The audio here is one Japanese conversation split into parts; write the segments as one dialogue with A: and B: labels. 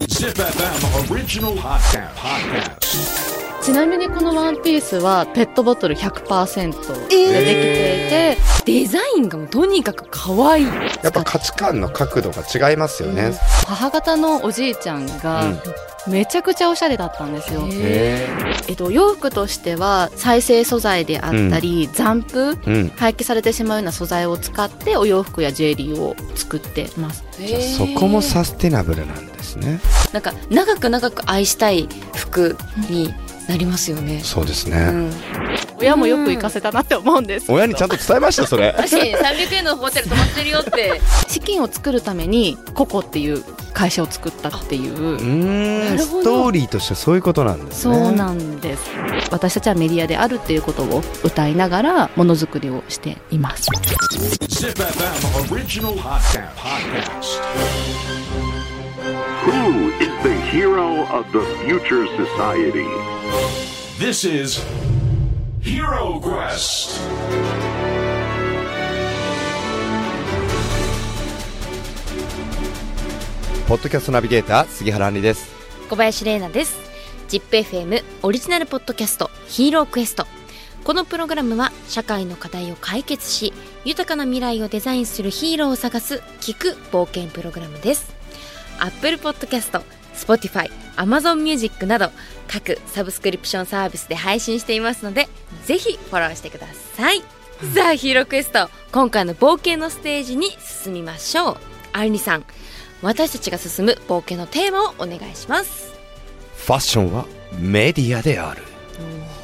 A: SIFM original podcast. podcast.
B: ちなみにこのワンピースはペットボトル100%でできていて、デザインがもうとにかく可愛い
C: やっぱ価値観の角度が違いますよね。
B: 母方のおじいちゃんが
C: うん
B: めちゃくちゃおしゃれだったんですよ、
C: へ
B: えっと、洋服としては再生素材であったり、残布
C: え。うん。
B: 廃棄されてしまうような素材を使ってお洋服やジュエリーを作ってます
C: じゃあそこもサステナブルなんですね。
D: なんか長く長く愛したい服になりますよね。
C: そうです
D: う
C: ね。
D: ん、
B: 親もよく行かせたなって思うんです
C: 親にちゃんと伝えましたそれ。
D: 確かに300円のホテル泊まってるよって。
B: 資金を作るためにココっていう会社を作ったっていう
C: うーん。
B: なるほど
C: ストーリーとしてはそういうことなんです
B: そ
C: ね。
B: うなんです私たちはメディアであるっていうことを歌いながらものづくりをしています
A: SIFM original podcast. podcast.
E: Who is the hero of the future society?
A: This is Hero Quest.
C: ポッドキャストナビゲーター杉原杏里です。
D: 小林玲奈です。ZIPFM オリジナルポッドキャストヒーロークエスト。このプログラムは社会の課題を解決し、豊かな未来をデザインするヒーローを探す聞く冒険プログラムです。Apple Podcast、Spotify、Amazon Music など各サブスクリプションサービスで配信していますので、ぜひフォローしてください。さあ、ヒーロークエスト、今回の冒険のステージに進みましょう。アルニさん、私たちが進む冒険のテーマをお願いします。
C: ファッションはメディアである。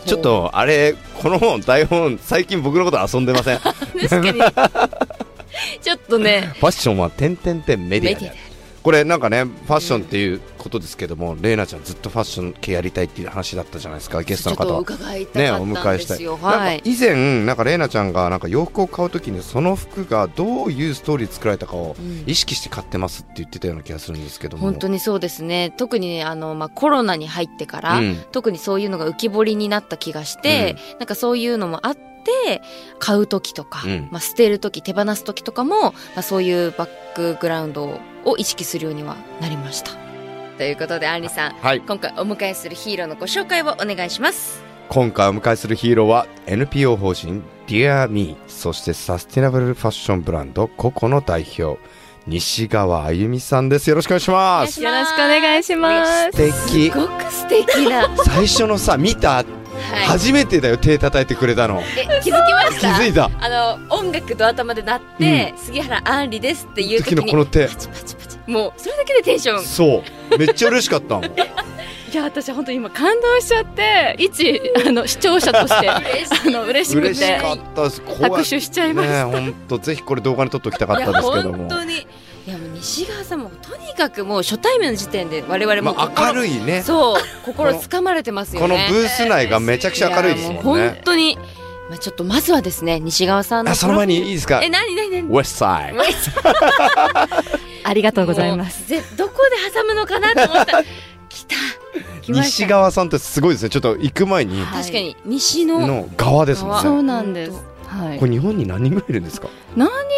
C: ちょっとあれこの本台本最近僕のこと遊んでま せん。ファ
D: 確かにちょっとね
C: ッションは点々点メディ
D: メディ
C: アである
D: アである。
C: これなんかねファッションっていうことですけども、レイナちゃんずっとファッション系やりたいっていう話だったじゃないですかゲス
D: ち
C: ト
D: ょ
C: の
D: っ
C: 方
D: と
C: は。
D: 伺いた
C: ね、
D: か
C: お
D: った
C: 迎
D: ん
C: え
D: で
C: した
D: す
C: い、
D: よ、は
C: なん
D: い
C: か以前なんか玲奈ちゃんがなんか洋服を買うときにその服がどういうストーリー作られたかを
D: うん
C: 意識して買ってますって言ってたような気がするんですけども
D: 本当にそうですね特にねあの、まあ、コロナに入ってから、
C: うん
D: 特にそういうのが浮き彫りになった気がして、なんかそういうのもあって買う時とか、
C: うん
D: まあ、捨てる時手放す時とかも、まあ、そういうバックグラウンドを意識するようにはなりましたということでアンリさん
C: はい
D: 今回お迎えするヒーローのご紹介をお願いします
C: 今回お迎えするヒーローは NPO 法人 DearMe そしてサステナブルファッションブランド COCO の代表西川あゆみさんですよろしくお願いします
B: よろしくお願いします
C: 素敵
D: すごく素敵な、は
C: 最初のさ見た、
D: い、
C: 初めてだよ手叩いてくれたの
D: え気づきまし
C: 気
D: た
C: づいた
D: あの音楽と頭で鳴って、杉原杏里ですっていう時
C: 時
D: に
C: のこの手
D: パチパチパチもうそれだけでテンション
C: そうめっちゃ嬉しかったもん
B: いや私本当に今感動しちゃって一あの視聴者と してあの嬉しく
C: 嬉してかったですこうやって
B: 拍手しちゃいました、
C: ねえ、本当ぜひこれ動画に撮っておきたかったんですけど
D: いや本
C: も。
D: 当にいやもう西川さんもとにかくもう初対面の時点で我々も
C: まあ、明る
D: い
C: いね。
D: そう心掴まれてますよ
C: この
D: ね
C: ブース内がめちゃくちゃ明るいです
D: や
C: も
D: も
C: ん
D: う
C: ね
D: 本。当にまあちょっとまずはですね西川さんの
C: あ、その前にいいですか
D: え。何何何
C: ウエストサイド。
B: ありがとうございます
D: すぜどこで挟むのかなと思った来た来ました
C: 西側さんってすごいですね。ちょっと行く前に
B: はい
D: 確かに西の
C: の側ですも
B: そ
C: ん
B: う
C: ね。
B: なんですはい
C: これ日本に何人ぐらいいるんですか。
B: い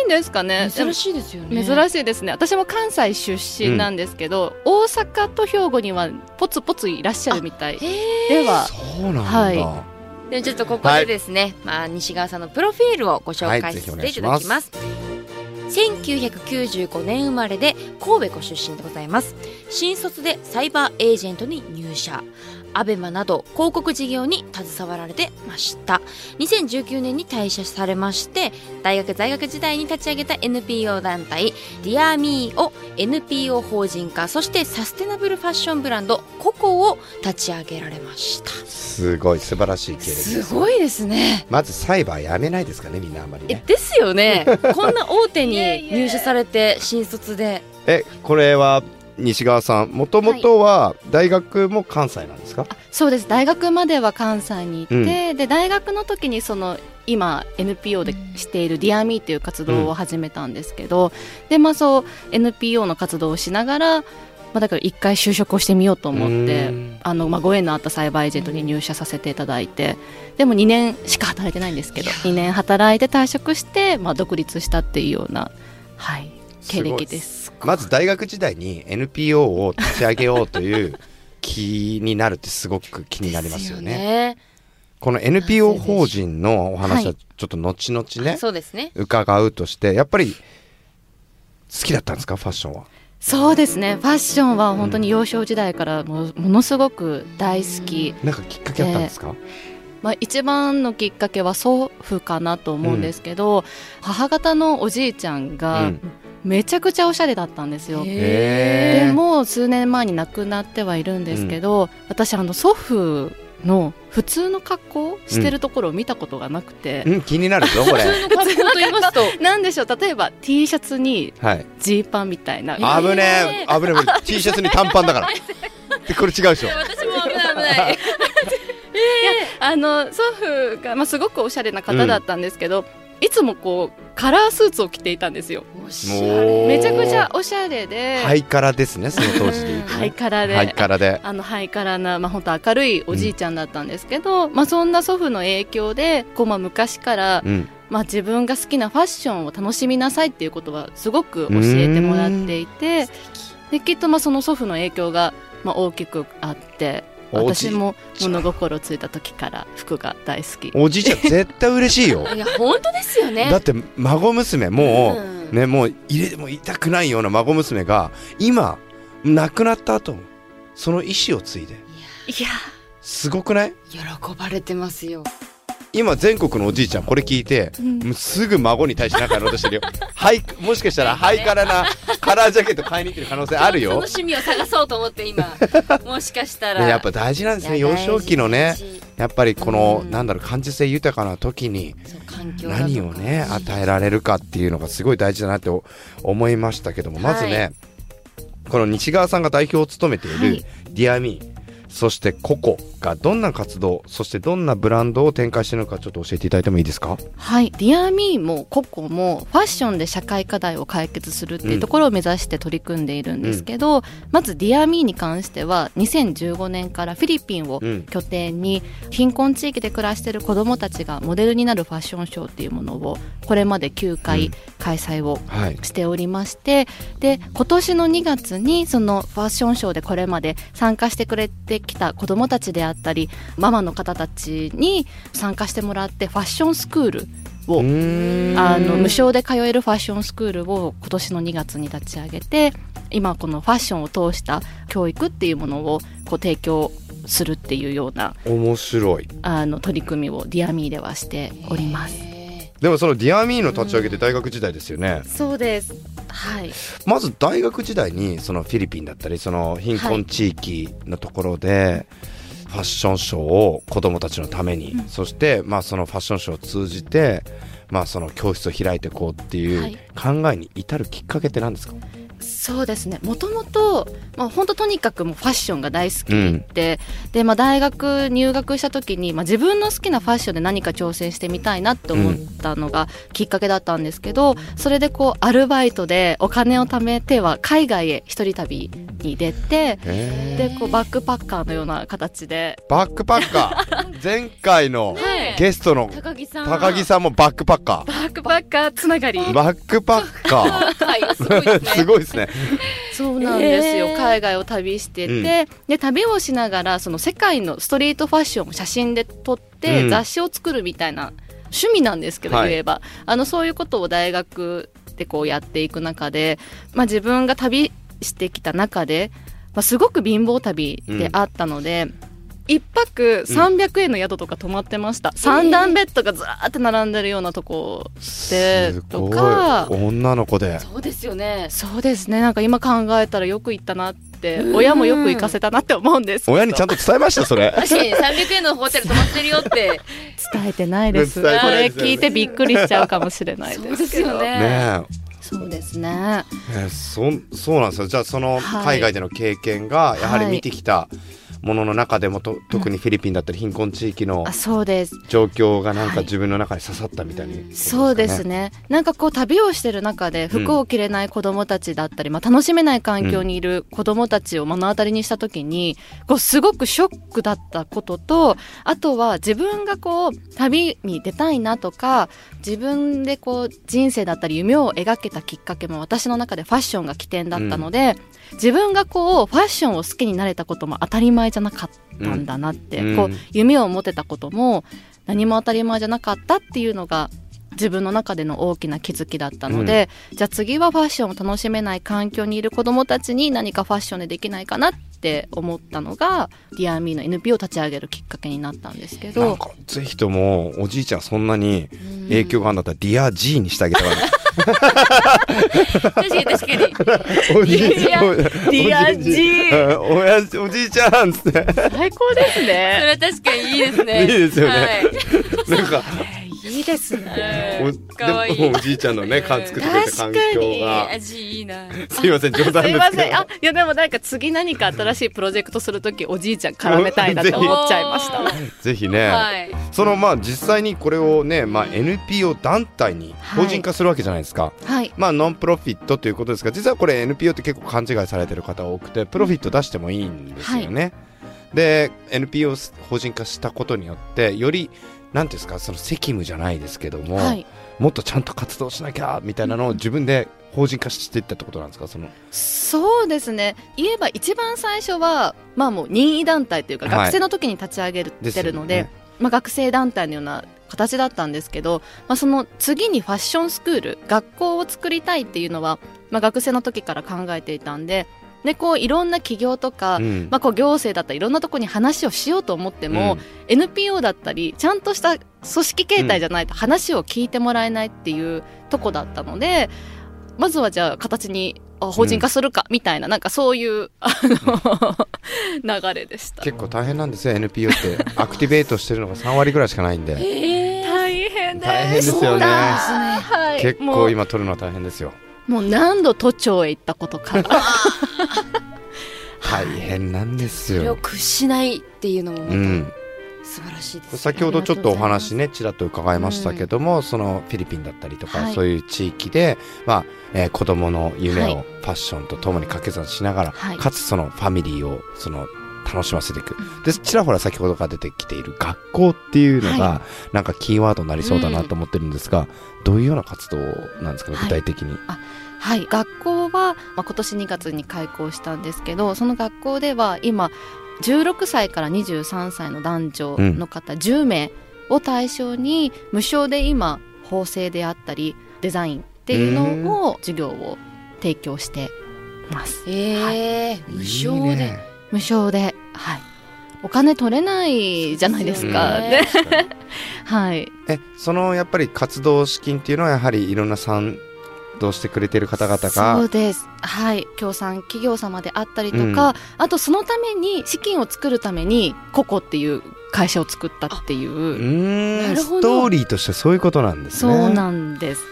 B: いですかね
D: 珍しいですよね
B: 珍しいですね私も関西出身なんですけど、大阪と兵庫にはポツポツいらっしゃるみたい
D: へー
B: では
C: そうなんだ。
B: は
D: でもちょっとここでですね、まあ、西川さんのプロフィールをご紹
C: はい
D: 介
C: ぜひ
D: さ
C: お
D: せ
C: 願
D: て
C: い
D: い
C: したま
D: だ
C: す
D: きます。1995年生まれで神戸ご出身でございます新卒でサイバーエージェントに入社アベマなど広告事業に携わられてました2019年に退社されまして大学在学時代に立ち上げた NPO 団体 DearMe を NPO 法人化そしてサステナブルファッションブランド COCO を立ち上げられました
C: すごい素晴らしい経歴です。
D: すごいですね
C: まずサイバーやめないですかねみんなあんまり
D: え
C: ね。
D: ですよ ねこんな大手に入社されて新卒で
C: え、これは西側さん、もともとは大学も関西なんですか。
B: そうです大学までは関西に行って、で大学の時にその今 NPO でしている「DearMe」っていう活動を始めたんですけど、でまあそう NPO の活動をしながら、まあ、だから一回就職をしてみようと思って。
C: うん
B: あのまあ、ご縁のあったサイバーエージェントに入社させていただいてでも2年しか働いてないんですけど2年働いて退職して、まあ、独立したっていうような、はい、経歴です
C: すまず大学時代に NPO を立ち上げようと いう気になるってすごく気になりますよね。
D: ね
C: この NPO 法人のお話はちょっと後々ね、
D: そうですね
C: 伺うとして、やっぱり好きだったんですか、ファッションは。
B: そうですねファッションは本当に幼少時代からもうものすごく大好き、
C: なんかきっかけあったんですか、
B: まあ、一番のきっかけは祖父かなと思うんですけど、母方のおじいちゃん
C: う
B: が
C: ん
B: めちゃくちゃおしゃれだったんですよ、
C: へ
B: で
C: ー
B: もう数年前に亡くなってはいるんですけど、私あの祖父の普通の格好をしてるところを見たことがなくて、
C: うん、気になるぞ、これ。
D: 格好と言いますと
B: なんでしょう例えば T シャツに
C: はい。
B: ジーパンみたいな、
D: ー
C: 危ねえ、危ねえ、これ T シャツに短パンだから。でこれ違うでしょ。
D: 私も危ない危ない
B: あの祖父が、まあ、すごくおしゃれな方だったんですけど、いつもこうカラースーツを着ていたんですよ
D: もう
C: もう
B: めちゃくちゃおしゃれで、
C: ハイカラですね、その当時で言うとね。
B: ハイカラで、
C: ハイカラで。
B: あのハイカラな、まあ、本当明るいおじいちゃんだったんですけど、まあ、そんな祖父の影響でこう、まあ、昔から、
C: うん。
B: まあ、自分が好きなファッションを楽しみなさいっていうことはすごく教えてもらっていてできっとまあその祖父の影響がまあ大きくあって
C: おじ
B: 私も物心ついた時から服が大好き。
C: おじいちゃん絶対嬉しいよ。
D: いや本当ですよね
C: だって孫娘も
D: うん
C: う、ね、もう入れても痛くないような孫娘が、今、亡くなった後も、その意思を継いで。
B: いや
C: すごくない
D: 喜ばれてますよ
C: 今全国のおじいちゃんこれ聞いて、もうすぐ孫に対して仲やろうとしてるよ。はい、もしかしたらハイカラなカラージャケット買いに行ってる可能性ある
D: その
C: よ。
D: 趣味を探そうと思って 今もしかしたら
C: ねやっぱ大事なんですね。
D: いや
C: 幼少期のね
D: 大事大事、
C: やっぱりこの、
D: うん
C: なんだろう、感受性豊かな時に、
D: そう環境だとか
C: 何をね与えられるかっていうのがすごい大事だなってお思いましたけどもまずね、
D: は
C: この西川さんが代表を務めてい
B: は
C: る
B: い
C: 「DearMe、そして「ココがどんな活動そしてどんなブランドを展開しているのかちょっと教えていただいてもいいですか
B: はい「DearMe」も「ココもファッションで社会課題を解決するっていうところを目指して取り組んでいるんですけど、まず「DearMe」に関しては2015年からフィリピンを
C: うん
B: 拠点に貧困地域で暮らしている子どもたちがモデルになるファッションショーっていうものをこれまで9
C: う
B: 回
C: ん
B: 開催を
C: はい
B: しておりましてで今年の2月にそのファッションショーでこれまで参加してくれてきた子どもたちであったりママの方たちに参加してもらってファッションスクールを
C: うーん
B: あの無償で通えるファッションスクールを今年の2月に立ち上げて今このファッションを通した教育っていうものをこう提供するっていうような
C: 面白い
B: あの取り組みをディアミーではしております。
D: へ
C: でもその「DearMe」の立ち上げて大学時代ですよね、
B: そうです。はい。
C: まず大学時代にそのフィリピンだったりその貧困地域のところでファッションショーを子どもたちのために、そしてまあそのファッションショーを通じてまあその教室を開いていこうって
B: はいいう
C: 考えに至るきっかけって何ですか、
B: そうですねもともと本当とにかくもうファッションが大好きで,、でまあ、大学入学した時に、まあ、自分の好きなファッションで何か挑戦してみたいなって思ったのがきっかけだったんですけど、それでこうアルバイトでお金を貯めては海外へ一人旅に出て
C: へー
B: でこうバックパッカーのような形で
C: バックパッカ ー前回の
D: ねえ
C: ゲストの
D: 高木さん
C: 高木さんもバックパッカ
B: バックパッカーつながり
C: ーバックパッカ
D: はいすごいです
C: ーす
D: ね
C: ごいですね
B: そうなんですよ、
D: えー
B: 海外を旅してて、で旅をしながらその世界のストリートファッションを写真で撮っ
C: う
B: て
C: ん
B: 雑誌を作るみたいな趣味なんですけど、
C: はい
B: 言えばあのそういうことを大学でこうやっていく中で、まあ、自分が旅してきた中で、まあ、すごく貧乏旅であったので。一泊300円の宿とか泊まってました、三段ベッドがずらーって並んでるようなとこですと
C: ごい
B: か
C: 女の子で
D: そうですよね
B: そうですねなんか今考えたらよく行ったなって親もよく行かせたなって思うんですけど
C: 親にちゃんと伝えましたそれ
D: 確かに300円のホテル泊まってるよって
B: 伝えてないです
C: 伝えて
B: こ
C: ない
B: れ
C: ですよね
B: 聞いてびっくりしちゃうかもしれない
D: そう
B: で
D: ですすよね
C: ねえ
B: そうですね
C: えーそそうなんですよじゃあその
B: はい
C: 海外での経験がやはり
B: はい
C: 見てきたものの中でもと特にフィリピンだったり貧困地域の
B: あそうです
C: 状況がなん
B: は
C: か
B: い
C: 自分の中に刺さったみたいに、
B: そうですねなんかこう旅をしてる中で服を着れない子どもたちだったり、まあ、楽しめない環境にいる子どもたちを目の当たりにした時にこうすごくショックだったこととあとは自分がこう旅に出たいなとか自分でこう人生だったり夢を描けたきっかけも私の中でファッションが起点だったので、自分がこうファッションを好きになれたことも当たり前じゃなかったんだなって、
C: うん
B: こ
C: う
B: うん夢を持てたことも何も当たり前じゃなかったっていうのが自分の中での大きな気づきだったので、じゃあ次はファッションを楽しめない環境にいる子どもたちに何かファッションでできないかなって思ったのが「DearMe」の NP を立ち上げるきっかけになったんですけ
C: なん
B: ど
C: かぜひともおじいちゃんそんなに影響があるんだったら「ディア G」にしてあげたら、
D: 確かに確かに。
C: おじい
B: ディア
C: おじい
B: ディア G
C: うん おやじおじいちゃんっつって
B: 最高です
D: そ
B: ね。
D: れは確かにいいです ね。
C: いいですよね
D: はい
C: なんか
B: いいですね。
C: お
D: うんかわい
C: で
D: い
C: もお。じいちゃんのねか作ってくれた環境が
D: 味いいな。
C: すいません冗談
B: すい
C: で
B: ます
C: け
B: せん。
C: ど
B: あ、いやでもなんか次何か新しいプロジェクトするときおじいちゃん絡めたいなって思っちゃいま した。
D: お
B: は
D: ー
C: ぜひね、
D: はい。
C: そのまあ実際にこれをね、まあ、NPO 団体に
B: はい
C: 法人化するわけじゃないですか、
B: い。
C: まあノンプロフィットということですが実はこれ NPO って結構勘違いされてる方多くてプロフィット出してもいいんですよね、で NPO 法人化したことによってより何ていうんですかその責務じゃないですけども、
B: はい。
C: もっとちゃんと活動しなきゃみたいなのを自分で法人化していったってことなんですかその
B: そうですね。言えば一番最初はまあもう任意団体というか
C: はい
B: 学生の時に立ち上げ
C: です
B: て
C: よね
B: るので、まあ学生団体のような形だったんですけど、まあその次にファッションスクール、学校を作りたいっていうのはまあ学生の時から考えていたんで、でこういろんな企業とか、
C: うん
B: まあ、こう行政だったりいろんなところに話をしようと思っても、NPO だったりちゃんとした組織形態じゃないと話を聞いてもらえないっていうとこだったのでまずはじゃあ形にあ法人化するかみたいな、なんかそういうあの 流れでした。
C: 結構大変なんですよ NPO ってアクティベートしてるのが3割ぐらいしかないんで
D: えー
B: 大変です
C: 大変ですよね
B: はい、
C: 結
B: も
C: 構
B: う
C: 今取るのは大変ですよ
B: もう何度都庁へ行ったことか
C: 大変なんです
D: それを
C: よ、
D: 屈しないっていうのもま
C: う
D: た
C: ん、
D: 素晴らしいですね。
C: 先ほどちょっとお話ねちらっと伺いましたけども、そのフィリピンだったりとか、
B: はい
C: そういう地域で、まあえー子供の夢
B: は
C: をファッションとともに掛け算しながら、
B: はい
C: かつそのファミリーをその楽しませていく、でちらほら先ほどから出てきている学校っていうのが、
B: は
C: なんかキーワードになりそうだなと思ってるんですが、どういうような活動なんですかね
B: はい
C: 具体的に。
B: はい、学校は、まあ、今年2月に開校したんですけどその学校では今16歳から23歳の男女の方10名を対象に無償で今縫製であったりデザインっていうのを授業を提供してます
D: えー無償
C: いい
D: で
C: ね。
B: 無償ではいお金取れないじゃないですか
D: そう
B: ね
D: で
B: はい
C: えそのやっぱり活動資金っていうのはやはりいろんな賛同してくれてる方々
B: そう
C: が
B: ですはい協賛企業様であったりとか、あとそのために資金を作るためにココっていう会社を作ったっていうう
C: ー
D: なんるほ
C: ス
D: ど
C: トーリーとしてはそういうことなんです
B: そ
C: ね。
B: うなんです、
C: ち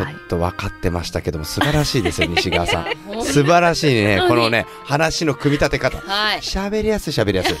C: ょっ
B: はい
C: と分かってましたけども素晴らし いですよ西川さん
D: ほん
C: 素晴らしいね
D: 本当
C: こ
D: に
C: のね話の組み立て方
D: はい。
C: 喋りやすい喋り やすい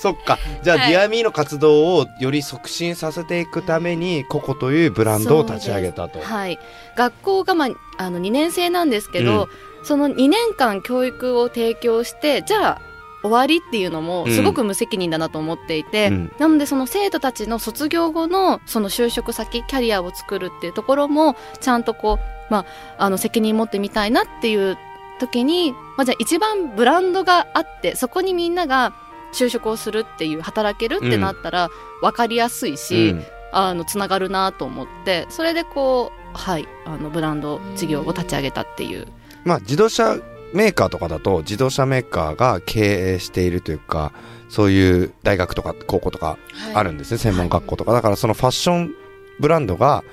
C: そっかじゃあ、
D: はい
C: ディアミーの活動をより促進させていくためにココというブランドを立ち上げたと
B: はい、学校が、まあ、あの2年生なんですけど、その2年間教育を提供してじゃあ終わりっていうのも
C: うん
B: すごく無責任だなと思っていて、
C: うん
B: なのでその生徒たちの卒業後のその就職先キャリアを作るっていうところもちゃんとこう、まあ、あの責任持ってみたいなっていう時に、まあ、じゃあ一番ブランドがあってそこにみんなが就職をするっていう働けるってなったら分かりやすいし、
C: うん
B: あのつながるなと思ってそれでこうはいあのブランド事業を立ち上げたっていう
C: まあ自動車メーカーとかだと自動車メーカーが経営しているというかそういう大学とか高校とかあるんですね、専門学校とか。だからそのファッションブランドが、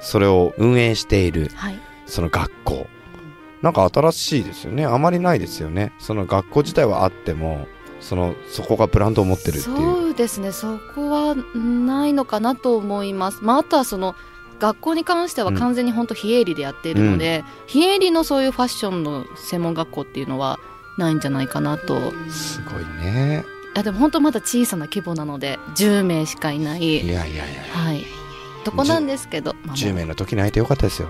C: それを運営している、
B: はい
C: その学校。なんか新しいですよね。あまりないですよね。その学校自体はあっても、その、そこがブランドを持ってるっていう。
B: そうですねそこはないのかなと思います、まあ、あとはその学校に関しては完全に本当非営利でやっているので、非営利のそういうファッションの専門学校っていうのはないんじゃないかなと
C: すごいね
B: いやでも本当まだ小さな規模なので10名しかいないい、
C: やいやいや
B: はい、とこなんですけど、まあ
C: 10名の時泣いてよかった ですよ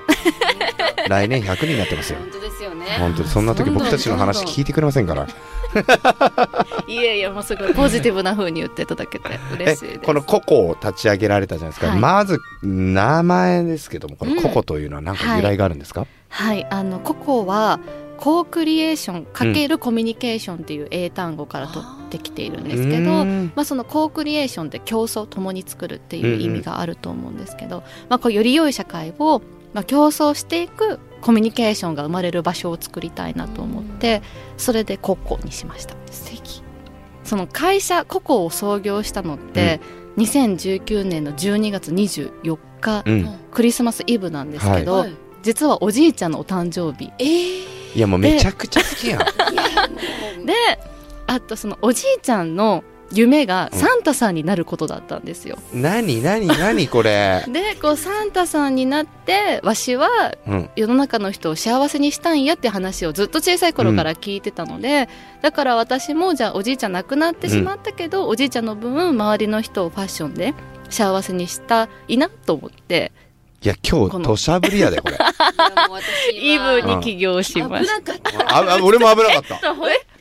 C: 来年100人になってますよ
B: 本当ですよね
C: 本当にそんな時
B: どんどん
C: 僕たちの話聞いてくれませんから
B: いやいやもうすごいポジティブな風に言っていただけて嬉
C: え
B: しいです
C: このココを立ち上げられたじゃないですか、
B: はい
C: まず名前ですけどもこのココというのは何
B: うん
C: か由来があるんですか、
B: はいあのココはコークリエーション×コミュニケーションっていう英単語から取ってきているんですけど、
C: うん
B: まあ、そのコークリエーションって競争共に作るっていう意味があると思うんですけど、まあ、こうより良い社会を、まあ、競争していくコミュニケーションが生まれる場所を作りたいなと思ってそれでココにしました素敵その会社ココを創業したのって、2019年の12月24日、
C: うん
B: クリスマスイブなんですけど、
D: はい
B: 実はおじいちゃんのお誕生日
C: いやもうめちゃくちゃ好きやん
B: であとそのおじいちゃんの夢がサンタさんになることだったんですよ、
C: 何何何これ、
B: でこうサンタさんになってわしは
C: うん、
B: 世の中の人を幸せにしたいんやって話をずっと小さい頃から聞いてたので、だから私もじゃあおじいちゃん亡くなってしまったけど、おじいちゃんの分周りの人をファッションで幸せにしたいなと思って
C: いや今日土砂降りやでこれあ
B: イブに起業しました。
C: あ俺も危な かった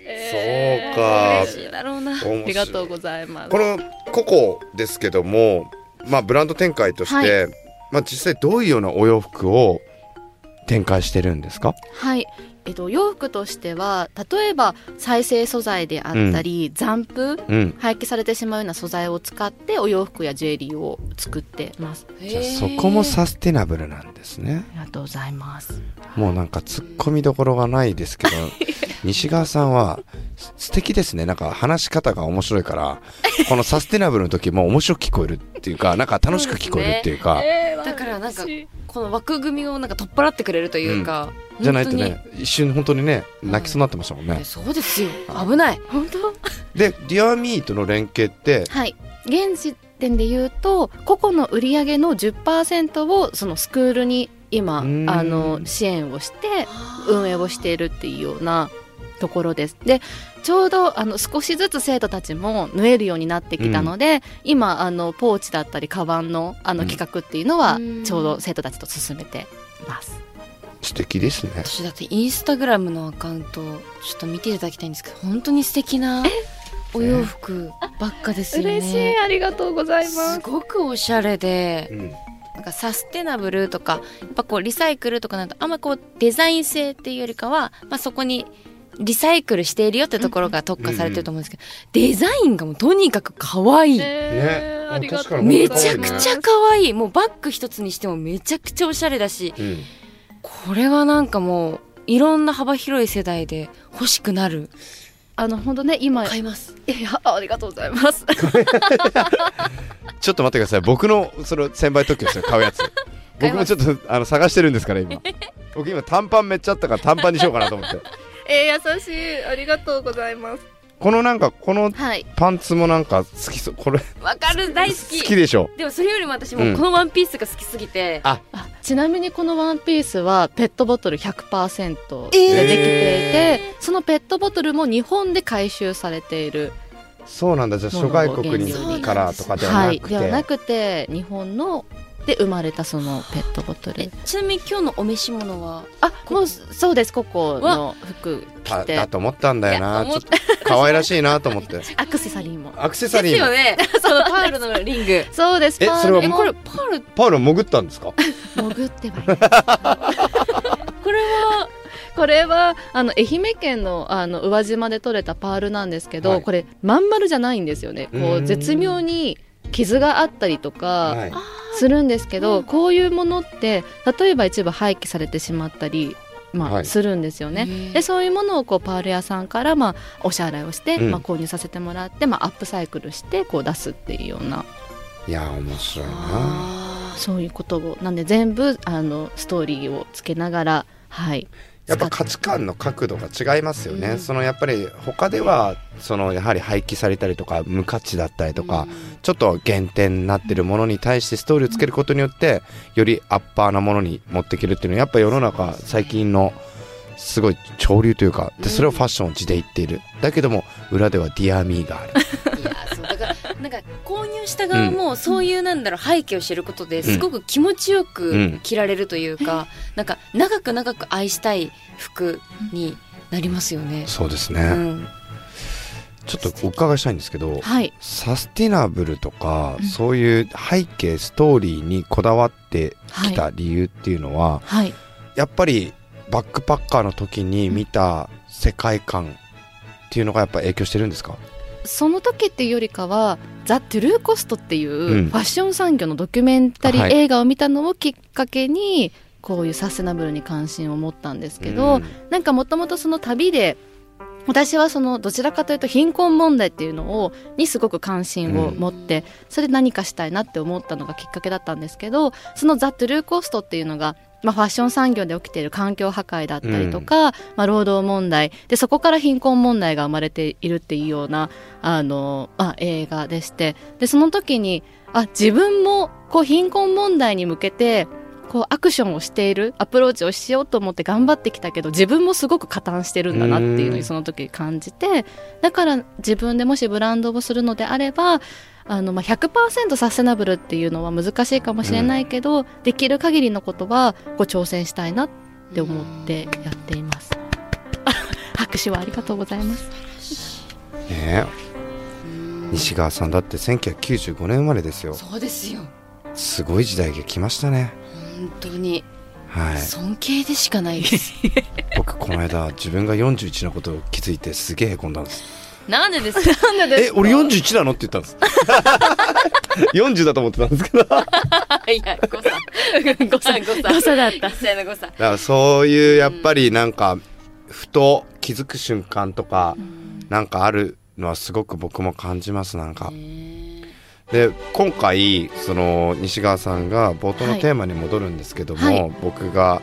B: え
C: そうか
B: 嬉しいだろうな。あ
C: 白い
B: りがとうございます。
C: このココですけども、まあ、ブランド展開として、まあ、実際どういうようなお洋服を展開してるんですか
B: はい、えっと、洋服としては例えば再生素材であったり、残布
C: うん
B: 廃棄されてしまうような素材を使ってお洋服やジュエリーを作ってますあ
C: じゃあそこもサステナブルなんですね
B: りがとうございます
C: もうなんかツッコミどころがないですけど西川さんはす素敵ですねなんか話し方が面白いからこのサステナブルの時も面白く聞こえるっていうかなんか楽しく聞こえるっていうか
D: だからなんかこの枠組みをなんか取っ払ってくれるというか、
C: じゃないと
D: 本当に
C: ね一瞬本当にね泣きそうになってましたもんね、
D: えそうですよ危ない
B: 本当
C: で「DearMe」との連携って
B: はい現時点で言うと個々の売り上げの10%をそのスクールに今あ
C: うん
B: の支援をして運営をしているっていうようなところですでちょうどあの少しずつ生徒たちも縫えるようになってきたので、今あのポーチだったりカバンのあ
C: う
B: の
C: ん
B: 企画っていうのは
D: うん
B: ちょうど生徒たちと進めてます、
C: 素敵ですね
D: 私だってインスタグラムのアカウントちょっと見ていただきたいんですけど本当に素敵なお洋服ばっかですよね
B: ありがとうござい
D: すごくおしゃれで
C: うん
D: なんかサステナブルとかやっぱこうリサイクルとかなるとあんまこうデザイン性っていうよりかは、まあ、そこにリサイクルしているよってところが特化されてると思うんですけど、デザインがもうとにかく可愛い、
C: ねありがとう
D: め
C: め
D: ちゃくちゃ可愛いもうバッグ一つにしてもめちゃくちゃおしゃれだし
C: うん
D: これはなんかもういろんな幅広い世代で欲しくなる
B: あの本当ね今
D: 買います
B: いやありがとうございます
C: ちょっと待ってください僕のそれ1000倍特許です よ買うやつ僕もちょっとあの探してるんですから今僕今短パンめっちゃあったから短パンにしようかなと思って
B: えー優しいありがとうございます
C: このなんかこの
B: はい
C: パンツもなんか好きそうこれ好
D: わかる大好き
C: きでしょ
D: でもそれよりも私
C: う
D: も
C: ん
D: うこのワンピースが好きすぎて、
B: あちなみにこのワンピースはペットボトル100%でできていて、そのペットボトルも日本で回収されている
C: そうなんだじゃあ諸外国
B: ものを原料
C: に
B: に
C: からとかでは
B: は
C: ないくて、
B: ではなくて日本ので生まれたそのペットボト
D: え
B: ル
D: ちなみに今日のお召し物は
B: あもうそうですここの服
C: た
B: 着て
C: だと思ったんだよない
D: や
C: ちょっと可愛らしいなと思って
B: アクセサリーも
C: アクセサリーも
D: ね そのパールのリング
B: そうです
C: え
B: パー
C: それは
B: ルも
D: これパール
C: パウロ潜ったんですか
B: 潜ってはいない
D: これは
B: これはあの愛媛県のあの宇和島で採れたパールなんですけど、
C: はい
B: これまん丸じゃないんですよね
C: う
B: こ
C: ーん
B: う絶妙に傷があったりとか、
C: はい
B: するんですけど、
D: うん
B: こういうものって例えば一部廃棄されてしまったり、まあ
C: はい
B: するんですよ
D: へ
B: ね。
D: ー
B: でそういうものをこうパール屋さんから、まあ、お支払いをして、
C: うん
B: まあ、購入させてもらって、まあ、アップサイクルしてこう出すっていうようない
C: や面白いな
D: あー
B: そういうことをなんで全部あのストーリーをつけながらはい
C: やっぱ価値観の角度が違いますよね、そのやっぱり他ではそのやはり廃棄されたりとか無価値だったりとか、ちょっと減点になってるものに対してストーリーをつけることによってよりアッパーなものに持っていけるっていうのはやっぱ世の中最近のすごい潮流というかでそれをファッション地で言っているだけども裏では「ディアミーがある
D: いやそうだからなんか購入した側もそういうなんだろう背景を知ることですごく気持ちよく着られるというか、なんか長く長く愛したい服になりますよね。
C: そうです
D: う
C: ね
D: ん、
C: ちょっとお伺いしたいんですけど、
B: はい
C: サスティナブルとか、そういう背景ストーリーにこだわってきた理由っていうのは、
B: はい
C: やっぱりバックパッカーの時に見た世界観っていうのがやっぱ影響してるんですか、
B: その時っていうよりかは「ザ・トゥルーコスト」っていううんファッション産業のドキュメンタリ
C: は
B: ー
C: い
B: 映画を見たのをきっかけにこういうサステナブルに関心を持ったんですけど、
C: うん
B: なんかもともとその旅で私はそのどちらかというと貧困問題っていうのをにすごく関心を持って、それで何かしたいなって思ったのがきっかけだったんですけどそのザ・トゥルーコストっていうのが、まあ、ファッション産業で起きている環境破壊だったりとか、まあ、労働問題でそこから貧困問題が生まれているっていうようなあの、まあ、映画でしてでその時にあ自分もこう貧困問題に向けてこうアクションをしているアプローチをしようと思って頑張ってきたけど自分もすごく加担してるんだなっていうの
C: うん
B: にその時感じてだから自分でもしブランドをするのであればあの、まあ、100%サステナブルっていうのは難しいかもしれないけど、できる限りのことはこう挑戦したいなって思ってやっています。 拍手はありがとうございます。
C: ねえ西川さんだって1995年生まれですよ
D: そうですよ
C: すごい時代が来ましたね
D: 本当に
C: はい
D: 尊敬でしかないです。
C: 僕この間自分が41のことを気づいてすげえへこんだんです
D: なんでですか。 なんで
C: え俺41なのって言ったんです40だと思ってたんですけどだか
D: いや誤差誤差誤差
B: 誤差だった
D: 一切の誤差。
C: らそういうやっぱりなんかふと気づく瞬間とかなんかあるのはすごく僕も感じますなんかで今回その西川さんが冒頭のテーマに戻るんですけども、
B: はいは
C: 僕が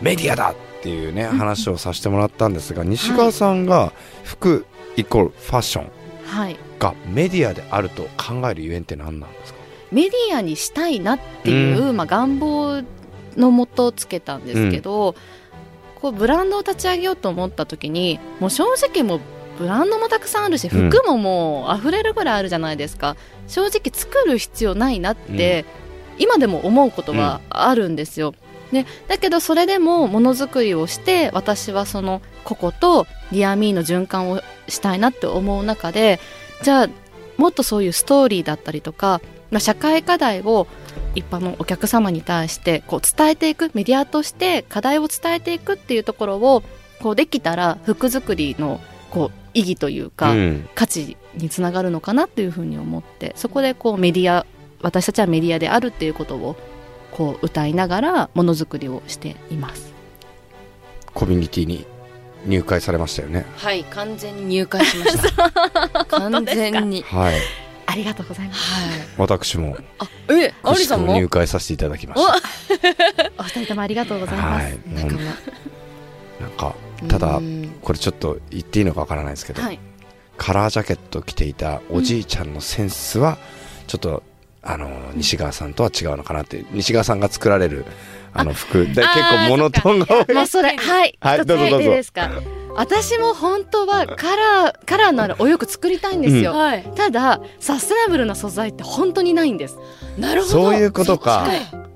C: メディアだっていうね話をさせてもらったんですが西川さんが服イコールファッション
B: はい
C: がメディアであると考えるゆえんって何なんですか
B: メディアにしたいなっていう、
C: う
B: まあ、願望のもとつけたんですけど、こうブランドを立ち上げようと思った時にもう正直もうブランドもたくさんあるし
C: うん
B: 服ももう溢れるぐらいあるじゃないですか、正直作る必要ないなって、今でも思うことはあるんですよ。ね、だけどそれでもものづくりをして私はそのこことリアミーの循環をしたいなって思う中でじゃあもっとそういうストーリーだったりとか、まあ、社会課題を一般のお客様に対してこう伝えていくメディアとして課題を伝えていくっていうところをこうできたら服作りのこう意義というか、
C: うん
B: 価値につながるのかなっていうふうに思ってそこでこうメディア私たちはメディアであるっていうことをこう歌いながらものづくりをしています。
C: コミュニティに入会されましたよね
D: はい完全に入会しま した。完全に
C: はい
B: ありがとうございます。
D: はい。
C: 私も
D: あえあ
C: く
D: り
C: し
D: さん
C: くも
D: も
C: 入会させていただきました
B: お二人ともありがとうございま
C: は
B: す。
C: い
D: なんかも
C: なんか
D: う
C: ただ
D: うん
C: これちょっと言っていいのかわからないですけど、
B: はい、
C: カラージャケット着ていたおじいちゃんのセンスはちょっと、あの西川さんとは違うのかなって西川さんが作られるあの服で結構モノトーンが 多い
B: もうそれはい、
C: はい
B: 一つ
C: どうぞどうぞ
B: いいですか。私も本当はカラーカラーのあるお洋服作りたいんですよ。
D: はい
B: ただサステナブルな素材って本当にないんです。
D: なるほど
C: そういうことか
D: そっち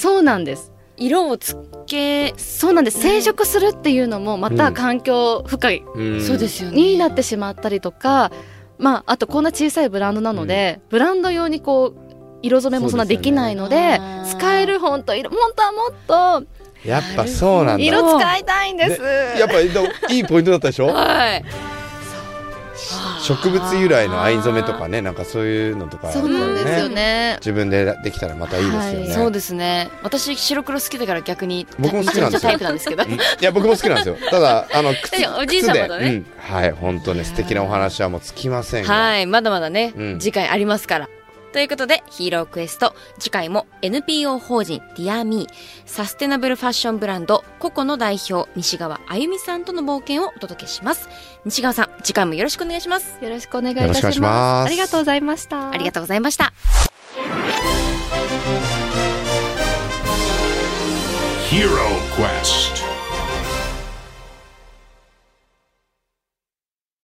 B: そうなんです。
D: 色をつけ
B: そうなんです生殖するっていうのもま
C: う
B: た
C: ん
B: 環境負荷
C: うん
D: そうですよね
B: になってしまったりとか、まあ、あとこんな小さいブランドなので、ブランド用にこう色染めもそんなできないので
D: そうですよね
B: 使える本当色本当はもっ
C: やっぱそうな
B: と
C: んだ
B: 色使いたいんです、
C: やっぱでもいいポイントだったでしょ
D: はい
C: 植物由来の藍染めとかねなんかそういうのとか、
B: そうなんですよね、
C: 自分でできたらまたいいですよね、
B: はい
D: そうですね私白黒好きだから逆に
C: 僕も好きなんです
D: めちゃめちゃ
C: よ
D: タイプなんですけど
C: いや僕も好きなんですよただあの靴
D: いやおじいさまだね
C: 靴でうん、はい本当ね素敵なお話はもうつきませんが
D: はいまだまだね、
C: うん
D: 次回ありますからということでヒーロークエスト次回も NPO 法人 DearMe サステナブルファッションブランドココの代表西川あゆみさんとの冒険をお届けします西川さん次回もよろしくお願いします
B: よろしくお願いいたし
C: よろ
B: ま
C: し
B: す
C: くお願いします
B: ありがとうございました
D: ありがとうございました。
A: Hero Quest.